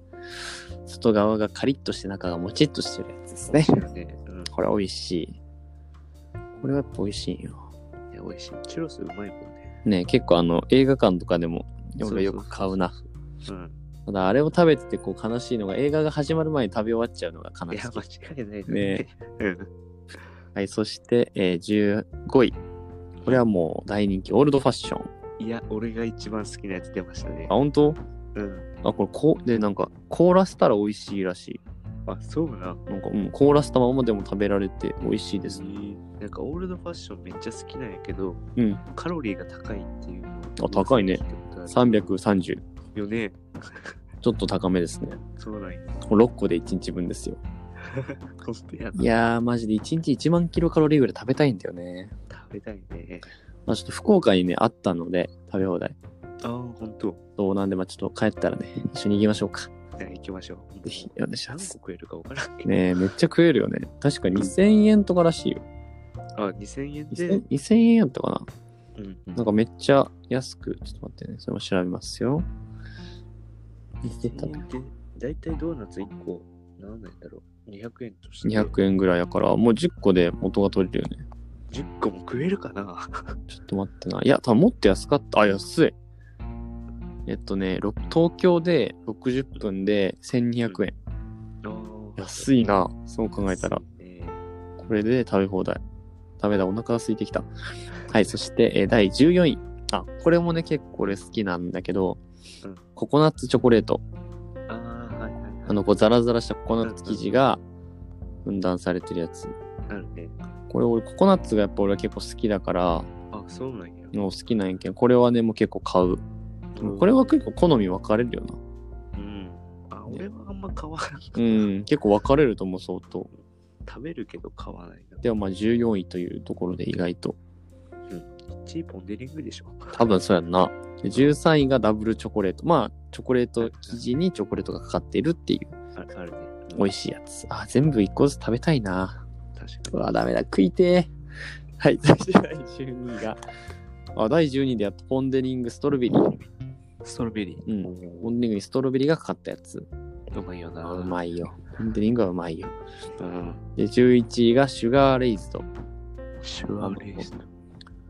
[SPEAKER 1] 外側がカリッとして中がもちっとしてるやつですね。
[SPEAKER 2] そうだね。うん。
[SPEAKER 1] これ美味しい。これはやっぱ美味しいよ。
[SPEAKER 2] いや、美味しい。チュロスうまいもんね。
[SPEAKER 1] ね結構あの映画館とかでも俺がよ
[SPEAKER 2] そうそうそう
[SPEAKER 1] く
[SPEAKER 2] そう
[SPEAKER 1] 買うな。。
[SPEAKER 2] うん。
[SPEAKER 1] ただあれを食べててこう悲しいのが映画が始まる前に食べ終わっちゃうのが
[SPEAKER 2] い
[SPEAKER 1] 悲し
[SPEAKER 2] や、
[SPEAKER 1] い。
[SPEAKER 2] 間違いない
[SPEAKER 1] ね。
[SPEAKER 2] うん。
[SPEAKER 1] はい、そして、えー15位。これはもう大人気、オールドファッション。
[SPEAKER 2] いや、俺が一番好きなやつ出ましたね
[SPEAKER 1] あ、。本当
[SPEAKER 2] うん。
[SPEAKER 1] あ、これこう、で、なんか凍らせたら美味しいらし
[SPEAKER 2] あ、そうな。
[SPEAKER 1] い。なんか、うん、凍らせたままでも食べられて美味しいです。
[SPEAKER 2] なんかオールドファッションめっちゃ好きなんやけど、
[SPEAKER 1] うん、
[SPEAKER 2] カロリーが高いっていうの
[SPEAKER 1] あ高いね。330。ち
[SPEAKER 2] よね。
[SPEAKER 1] ょっと高めですね。
[SPEAKER 2] そうなんや。
[SPEAKER 1] これ6個で1日分ですよ。
[SPEAKER 2] コスペやない
[SPEAKER 1] やー、マジで1日1万キロカロリーぐらい食べたいんだよね。
[SPEAKER 2] 食べたいね。
[SPEAKER 1] まあ、ちょっと福岡にね、あったので、食べ放題。
[SPEAKER 2] ああ、ほんと。
[SPEAKER 1] そうなんで、まあ、ちょっと帰ったらね、一緒に行きましょうか。
[SPEAKER 2] じゃあ行きましょう。
[SPEAKER 1] ぜひ、お願いしま
[SPEAKER 2] 何個
[SPEAKER 1] す。
[SPEAKER 2] 食えるか分からんけど。
[SPEAKER 1] ねえ、めっちゃ食えるよね。確か2000円とからしいよ。
[SPEAKER 2] あ、2000円で。
[SPEAKER 1] 2000 2000円やったかな
[SPEAKER 2] うんうん
[SPEAKER 1] なんかめっちゃ安く、ちょっと待ってね、それも調べますよ。
[SPEAKER 2] 2000円で、だいたいドーナツ1個、何なんだろう。200円として。
[SPEAKER 1] 200円ぐらいやから、もう10個で元が取れるよね。
[SPEAKER 2] 10個も食えるかな
[SPEAKER 1] ちょっと待ってな。いや、多分もっと安かった。あ、安い。えっとね、ろく東京で60分で1200円。
[SPEAKER 2] あー
[SPEAKER 1] 安いな、そう考えたら。。
[SPEAKER 2] 安いね
[SPEAKER 1] これで食べ放題。ダメだ、お腹が空いてきた。はい、そして、えー第14位。あ、これもね、結構俺好きなんだけど、
[SPEAKER 2] うん
[SPEAKER 1] ココナッツチョコレート。
[SPEAKER 2] あーはいはいはい。
[SPEAKER 1] あの、こう、ザラザラしたココナッツ生地が、分断されてるやつ。
[SPEAKER 2] あるね。
[SPEAKER 1] これ、俺、ココナッツがやっぱ俺は結構好きだから、
[SPEAKER 2] あ、そうなんや。
[SPEAKER 1] もう好きなんやけど、これはね、もう結構買う。でもこれは結構好み分かれるよな。
[SPEAKER 2] うん。あ、
[SPEAKER 1] ね
[SPEAKER 2] 俺はあんま買わない。
[SPEAKER 1] うん、結構分かれると思う、相当。
[SPEAKER 2] 食べるけど買わないな。
[SPEAKER 1] でもまあ14位というところで意外と。
[SPEAKER 2] 1位ポンデリングでしょ。
[SPEAKER 1] 多分そうやんな。で13位がダブルチョコレート。まあ、チョコレート生地にチョコレートがかかっているっていう
[SPEAKER 2] ああるね。
[SPEAKER 1] 美味しいやつ。あ、全部1個ずつ食べたいな。
[SPEAKER 2] い。確
[SPEAKER 1] う
[SPEAKER 2] か
[SPEAKER 1] わ、ダメだ。食いてー。はい、 そして第12位が。あ、第12位でやったポンデリングストロベリー。
[SPEAKER 2] に。ストロベリ
[SPEAKER 1] う
[SPEAKER 2] ー。
[SPEAKER 1] んポンデリングにストロベリーがかかったやつ。
[SPEAKER 2] うまいよな。
[SPEAKER 1] あうまいよ。ポンデリングはうまいよ。
[SPEAKER 2] うん。
[SPEAKER 1] で、11位がシュガーレイズド。
[SPEAKER 2] シュワーレース。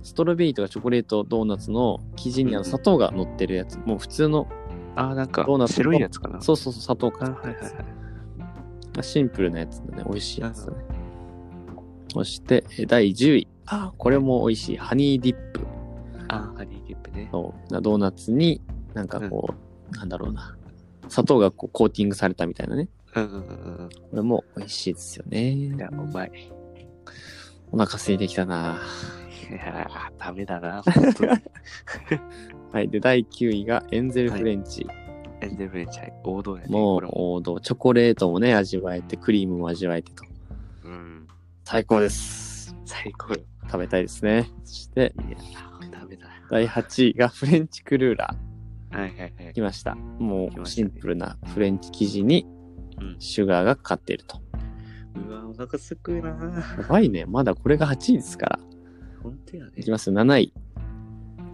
[SPEAKER 1] ストロベリーとかチョコレートドーナツの生地にあの砂糖が乗ってるやつ。もう普通の、
[SPEAKER 2] あ、なんか
[SPEAKER 1] ドーナ、ツ
[SPEAKER 2] 白いやつかな。
[SPEAKER 1] そうそうそう、砂糖
[SPEAKER 2] あ
[SPEAKER 1] か
[SPEAKER 2] はいはいはい。
[SPEAKER 1] シンプルなやつだね。美味しいやつだね。そして、え第10位。あ、これも美味しい。ハニーディップ
[SPEAKER 2] あ、ハニーゲップね。
[SPEAKER 1] のドーナツに、なんかこう、なんだろうな。砂糖がこうコーティングされたみたいなね。
[SPEAKER 2] うんうんうん
[SPEAKER 1] これも美味しいですよ
[SPEAKER 2] うん。い
[SPEAKER 1] ね。
[SPEAKER 2] や、うまい。い
[SPEAKER 1] お腹空いてきたな。
[SPEAKER 2] やー、 ダメ だな。本当に
[SPEAKER 1] はい。で、第9位がエンゼルフレンチ。
[SPEAKER 2] エンゼルフレンチャイ、王道やね。
[SPEAKER 1] も
[SPEAKER 2] こ
[SPEAKER 1] う
[SPEAKER 2] れも
[SPEAKER 1] 王道。チョコレートもね、味わえて、クリームも味わえてと。
[SPEAKER 2] うん。
[SPEAKER 1] 最高です。
[SPEAKER 2] 最高よ。
[SPEAKER 1] 食べたいですね。そして、
[SPEAKER 2] いやー、ダメだ。
[SPEAKER 1] 第8位がフレンチクルーラー。
[SPEAKER 2] はいはいはい。
[SPEAKER 1] きました。も
[SPEAKER 2] 来
[SPEAKER 1] う
[SPEAKER 2] まし
[SPEAKER 1] シ
[SPEAKER 2] たね
[SPEAKER 1] ンプルなフレンチ生地に
[SPEAKER 2] うん
[SPEAKER 1] シュガーがかかっていると。
[SPEAKER 2] うわ、お腹すくいなー。
[SPEAKER 1] やばいね。まだこれが8位ですから。
[SPEAKER 2] ほんとやね
[SPEAKER 1] いき。ますよ、7位。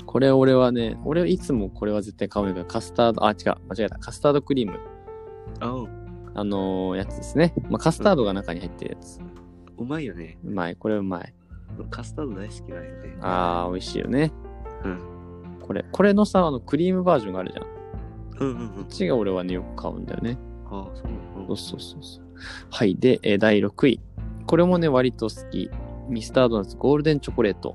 [SPEAKER 1] これ俺はね、俺いつもこれは絶対買うんだけど、カスタード、あ、違う、間違えた。カスタードクリーム。
[SPEAKER 2] あ、うん
[SPEAKER 1] あのーやつですね。まあ、カスタードが中に入ってるやつ。
[SPEAKER 2] うまいよね。
[SPEAKER 1] うまい。これうまい。
[SPEAKER 2] カスタード大好きなんやね。
[SPEAKER 1] あー、美味しいよね。
[SPEAKER 2] うん。
[SPEAKER 1] これ。これのさ、あの、クリームバージョンがあるじゃん。こ
[SPEAKER 2] うんうんうん
[SPEAKER 1] っ。ちが俺はね、よく買うんだよね。
[SPEAKER 2] ああ、そうな
[SPEAKER 1] そ
[SPEAKER 2] の
[SPEAKER 1] うそうそうそう。はい。で、えー第6位。これもね、割と好き。ミスタードーナツゴールデンチョコレート。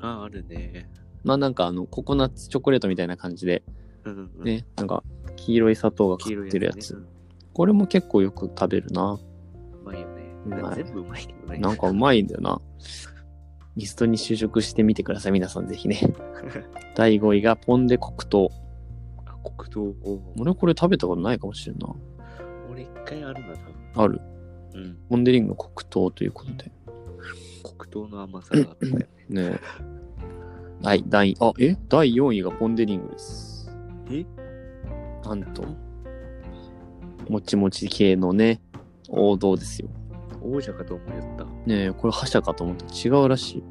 [SPEAKER 2] ああ、あるね。
[SPEAKER 1] まあなんかあのココナッツチョコレートみたいな感じで
[SPEAKER 2] うんうんうん。
[SPEAKER 1] ね、なんか黄色い砂糖がか
[SPEAKER 2] 黄色
[SPEAKER 1] か
[SPEAKER 2] い
[SPEAKER 1] ってるや
[SPEAKER 2] ね
[SPEAKER 1] つ。
[SPEAKER 2] うん
[SPEAKER 1] これも結構よく食べるな。
[SPEAKER 2] うまいよね。
[SPEAKER 1] うまい
[SPEAKER 2] なんか全部うまいけどね。
[SPEAKER 1] なんかうまいんだよな。ミストに就職してみてください。皆さんぜひ ね。第5位がポンデ黒糖。
[SPEAKER 2] あ黒糖を。
[SPEAKER 1] 俺これ食べたことないかもしれんな。
[SPEAKER 2] 俺一回あるな、多分。
[SPEAKER 1] ある。
[SPEAKER 2] うん。
[SPEAKER 1] ポンデリング黒糖ということで。
[SPEAKER 2] 黒糖の甘さがあったよね。
[SPEAKER 1] ねはい、第、あ、え第4位がポンデリングです。
[SPEAKER 2] え
[SPEAKER 1] なんと。もちもち系のね、王道ですよ。
[SPEAKER 2] 王者かと思いよった。
[SPEAKER 1] ねえ、これ覇者かと思って違うらしい。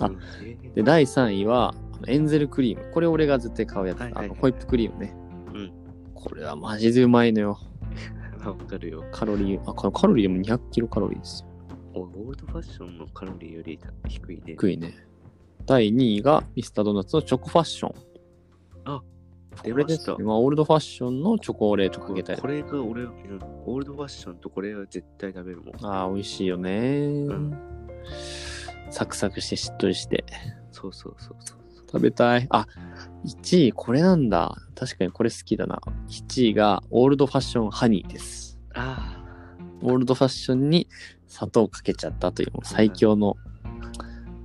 [SPEAKER 1] あ
[SPEAKER 2] うんえー
[SPEAKER 1] で、第3位は、あのエンゼルクリーム。これ俺が絶対買うやつ。
[SPEAKER 2] はいはいはい
[SPEAKER 1] あの、ホイップクリームね。
[SPEAKER 2] うん
[SPEAKER 1] これはマジでうまいのよ。
[SPEAKER 2] わかるよ。
[SPEAKER 1] カロリー、あ、これカロリーでも200キロカロリーですよ。
[SPEAKER 2] おオールドファッションのカロリーより低いね。
[SPEAKER 1] 低いね。第2位が、ミスタードーナツのチョコファッション。
[SPEAKER 2] 出
[SPEAKER 1] これ
[SPEAKER 2] ま
[SPEAKER 1] で
[SPEAKER 2] し
[SPEAKER 1] す
[SPEAKER 2] た
[SPEAKER 1] ね。。まあ、オールドファッションのチョコレートかけたり
[SPEAKER 2] こ。れが俺、うんオールドファッションとこれは絶対食べるもん。
[SPEAKER 1] ああ、美味しいよね、
[SPEAKER 2] ん
[SPEAKER 1] サクサクしてしっとりして。
[SPEAKER 2] そうそうそうそうそう。
[SPEAKER 1] 食べたい。あ、1位、これなんだ。確かにこれ好きだな。1位が、オールドファッションハニーです。
[SPEAKER 2] あ
[SPEAKER 1] オールドファッションに砂糖をかけちゃったというもう最強の、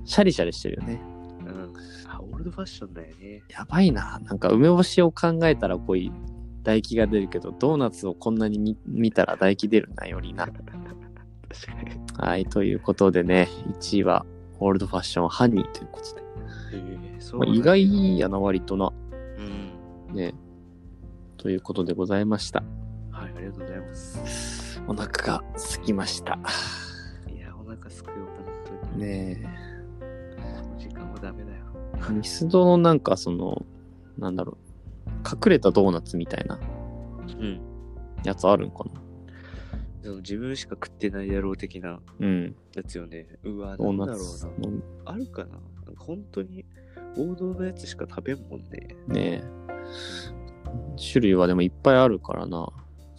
[SPEAKER 1] シャリシャリしてるよね。
[SPEAKER 2] あ、うん。あ、オールドファッションだよね。
[SPEAKER 1] やばいな。なんか梅干しを考えたらこういう唾液が出るけど、ドーナツをこんなに見見たら唾液出るな、よりな。
[SPEAKER 2] 確かに。
[SPEAKER 1] はい、ということでね、1位はオールドファッションハニーということで。
[SPEAKER 2] えー、そう
[SPEAKER 1] ま
[SPEAKER 2] な
[SPEAKER 1] あ
[SPEAKER 2] ん
[SPEAKER 1] 意
[SPEAKER 2] だ
[SPEAKER 1] 外やな、割とな。
[SPEAKER 2] うん。
[SPEAKER 1] ね。ということでございました。
[SPEAKER 2] はい、ありがとうございます。
[SPEAKER 1] お腹が空きました。
[SPEAKER 2] いや、お腹すくよ、本当に。
[SPEAKER 1] ねえ。
[SPEAKER 2] この時間はダメだよ。
[SPEAKER 1] ミスドのなんかその、なんだろう、隠れたドーナツみたいな
[SPEAKER 2] うん。
[SPEAKER 1] やつあるんかな
[SPEAKER 2] その自分しか食ってない野郎的な
[SPEAKER 1] うん。
[SPEAKER 2] やつよね。うわ、
[SPEAKER 1] ド
[SPEAKER 2] なん
[SPEAKER 1] ー
[SPEAKER 2] だ
[SPEAKER 1] ナ
[SPEAKER 2] ろ
[SPEAKER 1] ツ
[SPEAKER 2] うな。あるかななんか本当に王道のやつしか食べんもんね。
[SPEAKER 1] のねえ。種類はでもいっぱいあるからな。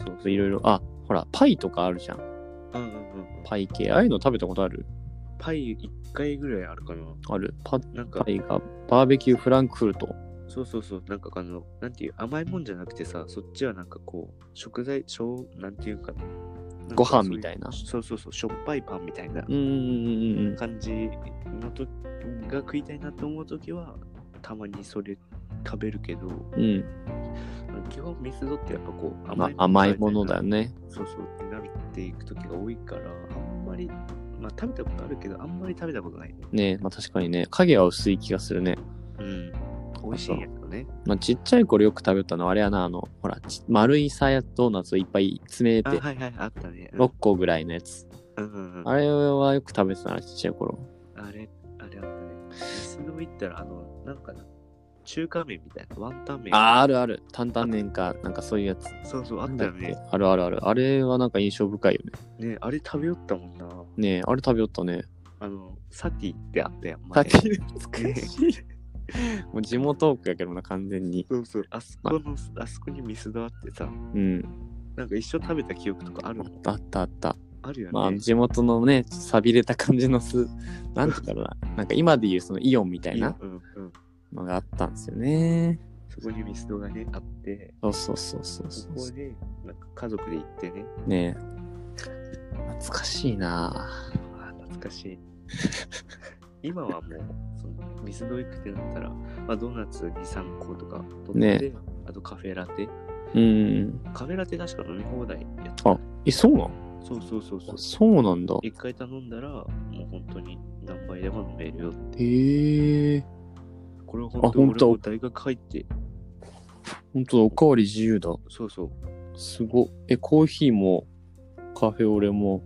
[SPEAKER 1] そうそう、いろいろ。あ、ほら、パイとかあるじゃん。
[SPEAKER 2] うんうんうん。
[SPEAKER 1] パイ系。ああいうの食べたことある
[SPEAKER 2] パイ1回ぐらいあるかな
[SPEAKER 1] ある。パ
[SPEAKER 2] なんか
[SPEAKER 1] パ、イがバーベキューフランクフルト。
[SPEAKER 2] そうそうそう、なんかあの、なんていう、甘いもんじゃなくてさ、そっちはなんかこう、食材、しょう、なんていうかな、なんか
[SPEAKER 1] ご飯
[SPEAKER 2] そうう
[SPEAKER 1] みたいな
[SPEAKER 2] そうそうそう、しょっぱいパンみたいな
[SPEAKER 1] うんうんうんうん。
[SPEAKER 2] 感じのとが食いたいなと思うときは、たまにそれ食べるけど、
[SPEAKER 1] うん。
[SPEAKER 2] 基本ミスドってやっぱこう、
[SPEAKER 1] まあ、甘い
[SPEAKER 2] 食べた
[SPEAKER 1] ものだよね。
[SPEAKER 2] そうそうってなるっていくときが多いから、あんまり、まあ食べたことあるけど、あんまり食べたことないね。
[SPEAKER 1] ねえ、まあ確かにね、影は薄い気がするね。
[SPEAKER 2] うん。美味しいんやけどね。
[SPEAKER 1] まあちっちゃい頃よく食べたのはあれやな、あの、ほら、ち丸いさやドーナツをいっぱい詰め
[SPEAKER 2] あ、
[SPEAKER 1] て、
[SPEAKER 2] はいはい、あったね。うん
[SPEAKER 1] 6個ぐらいのやつ。
[SPEAKER 2] うんうんうん
[SPEAKER 1] あれはよく食べてたな、ちっちゃい頃。
[SPEAKER 2] あれ、あれあったね。ミスド行ったら、あの、なんかな、中華麺みたいな、ワンタン麺。
[SPEAKER 1] あー、あるある。担々麺か、なんかそういうやつ。
[SPEAKER 2] そうそう、あったよ
[SPEAKER 1] なん
[SPEAKER 2] ね
[SPEAKER 1] だ。っけあるあるある。あれはなんか印象深いよね。
[SPEAKER 2] ね、あれ食べよったもんな。
[SPEAKER 1] ねえ、あれ食べよったね。
[SPEAKER 2] あの、サティってあったやん。
[SPEAKER 1] さっ
[SPEAKER 2] 前
[SPEAKER 1] き懐かしい。 もう地元奥やけどな、完全に。
[SPEAKER 2] そうそう、あそこの、あそこにミスドあってさ、
[SPEAKER 1] うん。
[SPEAKER 2] なんか一緒食べた記憶とかある
[SPEAKER 1] あ
[SPEAKER 2] の
[SPEAKER 1] ったあったあった。
[SPEAKER 2] あるよね。
[SPEAKER 1] まあ地元のね、寂れた感じのす、なんて言うんだろうな。なんか今で言うそのイオンみたい
[SPEAKER 2] いい
[SPEAKER 1] な
[SPEAKER 2] ようんうん。
[SPEAKER 1] のがあったんですよね。
[SPEAKER 2] そこにミスドがね、あって、
[SPEAKER 1] そうそうそうそうそ
[SPEAKER 2] そうこで、なんか家族で行ってね、
[SPEAKER 1] ねえ。懐かしいな
[SPEAKER 2] あー懐かしい。 今はもう、そのミスド行くってなったら、まあ、ドーナツ2、3個とか取って、あとカフェラテ。
[SPEAKER 1] うん。
[SPEAKER 2] カフェラテ確か飲み放題やった。
[SPEAKER 1] あ、え、そうなの
[SPEAKER 2] そうそうそうそ
[SPEAKER 1] あ。
[SPEAKER 2] う
[SPEAKER 1] そうなんだ。
[SPEAKER 2] 一回頼んだら、もう本当に何杯でも飲めるよ。
[SPEAKER 1] へえ。
[SPEAKER 2] これは本
[SPEAKER 1] あ本
[SPEAKER 2] 当
[SPEAKER 1] 当
[SPEAKER 2] 俺も大学入って、
[SPEAKER 1] ほんとだ、おかわり自由だ。
[SPEAKER 2] そうそう。
[SPEAKER 1] すご。え、コーヒーも、カフェオレも、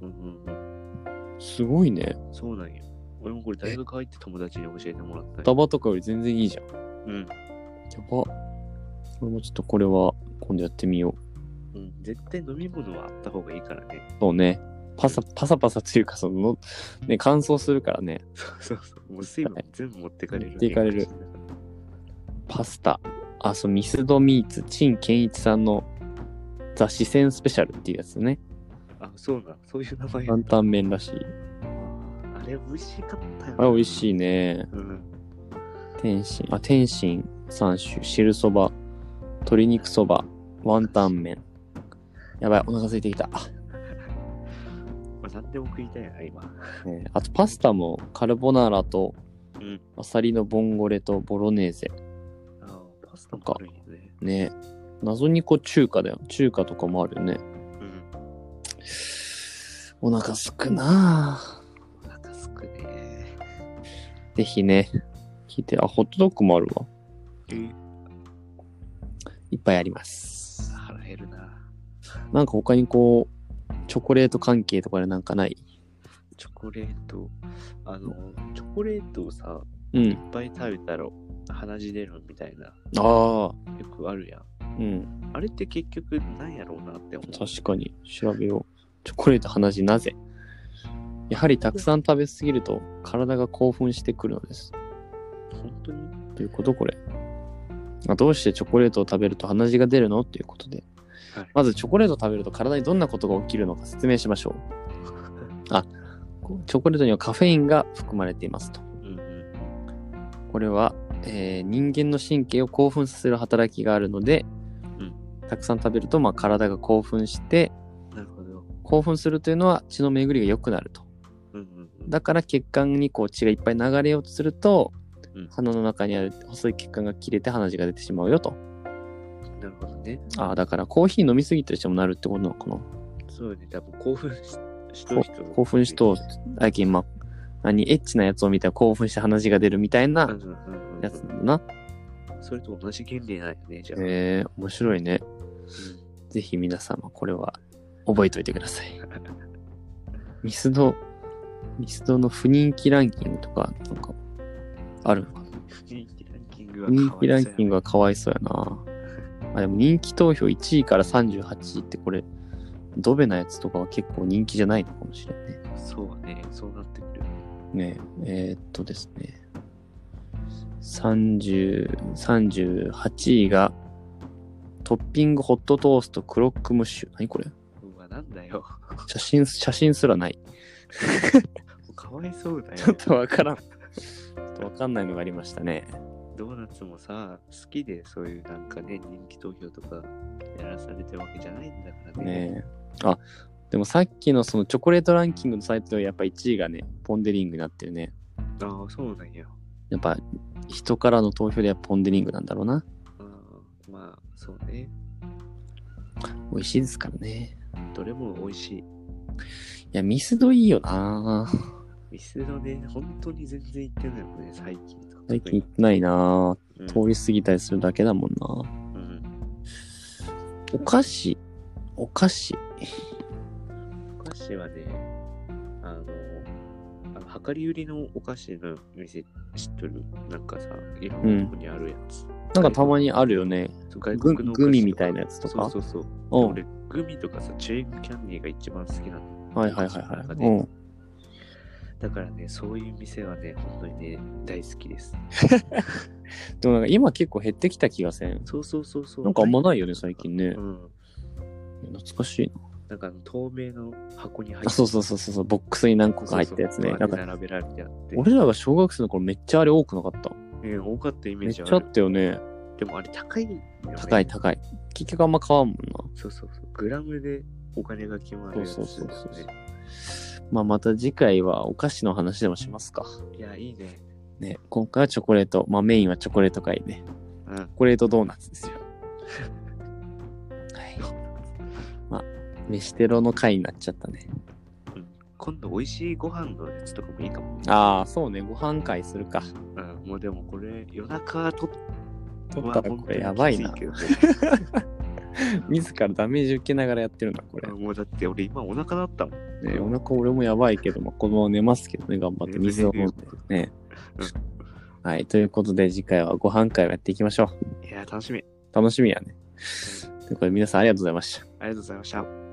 [SPEAKER 2] うんうん
[SPEAKER 1] すごいね。
[SPEAKER 2] うん。そうなんよ。俺もこれ大学入って友達に教えてもらったんよ
[SPEAKER 1] ダバとかより全然いいじゃん。や
[SPEAKER 2] うん。
[SPEAKER 1] ば。俺もちょっとこれは、今度やってみよ
[SPEAKER 2] うん。絶対飲み物はあった方がいいからね
[SPEAKER 1] う。。そうね。パサ、パサパサというか、その、ね、乾燥するからね。
[SPEAKER 2] そうそうそう。もう水分全部持ってかれる。
[SPEAKER 1] 持ってかれるパスタ。あ、そう、ミスドミーツ、陳健一さんの、ザ・四川スペシャルっていうやつね。
[SPEAKER 2] あ、そうなん。そういう名前やっ
[SPEAKER 1] 担
[SPEAKER 2] た。
[SPEAKER 1] 々麺らしい。
[SPEAKER 2] あれ美味しかったよな。
[SPEAKER 1] あ、美味しいね。
[SPEAKER 2] うん。
[SPEAKER 1] 天津、あ、天津三種、汁そば、鶏肉そば、ワンタン麺。やばい、お腹空いてきた。
[SPEAKER 2] まあ、何でも食いたいな、今。
[SPEAKER 1] ねあとパスタもカルボナーラと
[SPEAKER 2] うん、
[SPEAKER 1] アサリのボンゴレとボロネーゼ。
[SPEAKER 2] あパスタもあるんよね。
[SPEAKER 1] ね謎にこう中華だよ。中華とかもあるよね。
[SPEAKER 2] うん。
[SPEAKER 1] お腹すくなぁ。
[SPEAKER 2] お腹すくね。
[SPEAKER 1] ぜひね、聞いて、あ、ホットドッグもあるわ。
[SPEAKER 2] え
[SPEAKER 1] いっぱいあります。
[SPEAKER 2] 腹減るな。
[SPEAKER 1] なんか他にこう、チョコレート関係とかでなんかない
[SPEAKER 2] チョコレート、あの、チョコレートをさ、
[SPEAKER 1] うん。
[SPEAKER 2] いっぱい食べたら鼻血出るみたいな、
[SPEAKER 1] ああ。
[SPEAKER 2] よくあるやん。
[SPEAKER 1] うん。
[SPEAKER 2] あれって結局なんやろうなって思う。
[SPEAKER 1] 確かに。調べよう。チョコレート鼻血なぜやはりたくさん食べ過ぎると体が興奮してくるのです。
[SPEAKER 2] 本当に
[SPEAKER 1] どういうことこれ。あどうしてチョコレートを食べると鼻血が出るのっていうことで、
[SPEAKER 2] はい
[SPEAKER 1] まずチョコレートを食べると体にどんなことが起きるのか説明しま しょう。あ、こうチョコレートにはカフェインが含まれていますと。
[SPEAKER 2] うんうん。
[SPEAKER 1] これは、えー人間の神経を興奮させる働きがあるので、
[SPEAKER 2] うん
[SPEAKER 1] たくさん食べると、まあ、体が興奮して
[SPEAKER 2] なるほど。
[SPEAKER 1] 興奮するというのは血の巡りが良くなると
[SPEAKER 2] うんうんうん。
[SPEAKER 1] だから血管にこう血がいっぱい流れようとすると、
[SPEAKER 2] うん
[SPEAKER 1] 鼻の中にある細い血管が切れて鼻血が出てしまうよと
[SPEAKER 2] なるほどね。
[SPEAKER 1] ああだからコーヒー飲みすぎてる人もなるってことなのかな
[SPEAKER 2] そうよね。多分興奮ししとる人。
[SPEAKER 1] 興奮しと最近まあ何エッチなやつを見たら興奮して鼻血が出るみたい
[SPEAKER 2] うん
[SPEAKER 1] な
[SPEAKER 2] うんうんうん
[SPEAKER 1] やつだな、
[SPEAKER 2] それと同じ原理なんよね、じゃあ。
[SPEAKER 1] えー、面白いね
[SPEAKER 2] うん
[SPEAKER 1] ぜひ皆様これは覚えておいてください。ミスド、ミスドの不人気ランキングとか、なんか、あるのかな
[SPEAKER 2] 人気ランキングは
[SPEAKER 1] 不人気ランキン
[SPEAKER 2] グ。
[SPEAKER 1] グはかわいそうやな。あ、でも人気投票1位から38位ってこれ、ドベなやつとかは結構人気じゃないのかもしれないね。
[SPEAKER 2] そうね、そうなってくる。
[SPEAKER 1] ねえ、えーっとですね。30、38位が、トッピングホットトーストクロックムッシュ。何これ
[SPEAKER 2] うわ、なんだよ。
[SPEAKER 1] 写真、写真すらない。
[SPEAKER 2] かわいそうだよ。
[SPEAKER 1] ちょっとわからん。ちょっとわかんないのがありましたね。
[SPEAKER 2] ドーナツもさ、好きでそういうなんかね、人気投票とかやらされてるわけじゃないんだからね。
[SPEAKER 1] ねえ。あ、でもさっきのそのチョコレートランキングのサイトではやっぱ1位がね、ポンデリングになってるね。
[SPEAKER 2] ああ、そうなんや。
[SPEAKER 1] やっぱ人からの投票ではポンデリングなんだろうな。
[SPEAKER 2] あーまあ、そうね。
[SPEAKER 1] 美味しいですからね。
[SPEAKER 2] どれも美味しい。
[SPEAKER 1] いや、ミスドいいよな
[SPEAKER 2] ミスドね、本当に全然行ってないもんね、最近とか。
[SPEAKER 1] 最近行ってないな
[SPEAKER 2] うん、
[SPEAKER 1] 通り過ぎたりするだけだもんな
[SPEAKER 2] うん。
[SPEAKER 1] お菓子。お菓子。
[SPEAKER 2] お菓子はね、あの、あの量り売りのお菓子の店知っとるなんかさ、いろんなとこにあるやつ。
[SPEAKER 1] なんかたまにあるよね。
[SPEAKER 2] そう
[SPEAKER 1] グ
[SPEAKER 2] 外国のお菓子とか
[SPEAKER 1] グミみたいなやつとか。
[SPEAKER 2] そうそうそう。
[SPEAKER 1] うん。
[SPEAKER 2] 俺、グミとかさ、チューイングキャンディーが一番好きなの。
[SPEAKER 1] はいはいはいはい。
[SPEAKER 2] で
[SPEAKER 1] うん。
[SPEAKER 2] だからね、そういう店はね、本当にね、大好きです。
[SPEAKER 1] でもなんか今結構減ってきた気がせん。
[SPEAKER 2] そうそうそうそう。
[SPEAKER 1] なんかあんまないよね、最近ね。
[SPEAKER 2] うん。
[SPEAKER 1] 懐かしいな。
[SPEAKER 2] なんかあの透明の箱に入って
[SPEAKER 1] あ、そうそうそうそうそう、ボックスに何個か入ったやつね。
[SPEAKER 2] そ
[SPEAKER 1] な
[SPEAKER 2] うそ
[SPEAKER 1] ん
[SPEAKER 2] う
[SPEAKER 1] か、
[SPEAKER 2] 並べられてあって。
[SPEAKER 1] 俺らが小学生の頃めっちゃあれ多くなかった。
[SPEAKER 2] ね多かったイメ
[SPEAKER 1] め
[SPEAKER 2] ー
[SPEAKER 1] っ
[SPEAKER 2] ジ
[SPEAKER 1] ち
[SPEAKER 2] あ
[SPEAKER 1] ゃ
[SPEAKER 2] る。
[SPEAKER 1] あったよね。
[SPEAKER 2] でもあれ高いよね。
[SPEAKER 1] 高い高い。結局あんま買わんもんな。
[SPEAKER 2] そうそうそう。グラムでお金が決まるやつ、
[SPEAKER 1] そ
[SPEAKER 2] ね。
[SPEAKER 1] うそうそうそうまあまた次回はお菓子の話でもしますか。
[SPEAKER 2] いや、いいね。
[SPEAKER 1] ね、今回はチョコレート。まあメインはチョコレート会ね。
[SPEAKER 2] うん
[SPEAKER 1] チョコレートドーナツですよ。はい。まあ、飯テロの会になっちゃったね。
[SPEAKER 2] 今度、美味しいご飯のやつとかもいいかもね。
[SPEAKER 1] ああ、そうね。ご飯会するか。
[SPEAKER 2] うん、もうでもこれ、夜中と
[SPEAKER 1] 撮ったらこれやばいな。自らダメージ受けながらやってるんだ、これ。
[SPEAKER 2] もうだって俺今お腹だったもん。
[SPEAKER 1] ね、お腹俺もやばいけど、まあ、このまま寝ますけどね、頑張って水を飲んでね。はい、ということで次回はご飯会をやっていきましょう。
[SPEAKER 2] いや、楽しみ。
[SPEAKER 1] 楽しみやね。ということで皆さんありがとうございました。
[SPEAKER 2] ありがとうございました。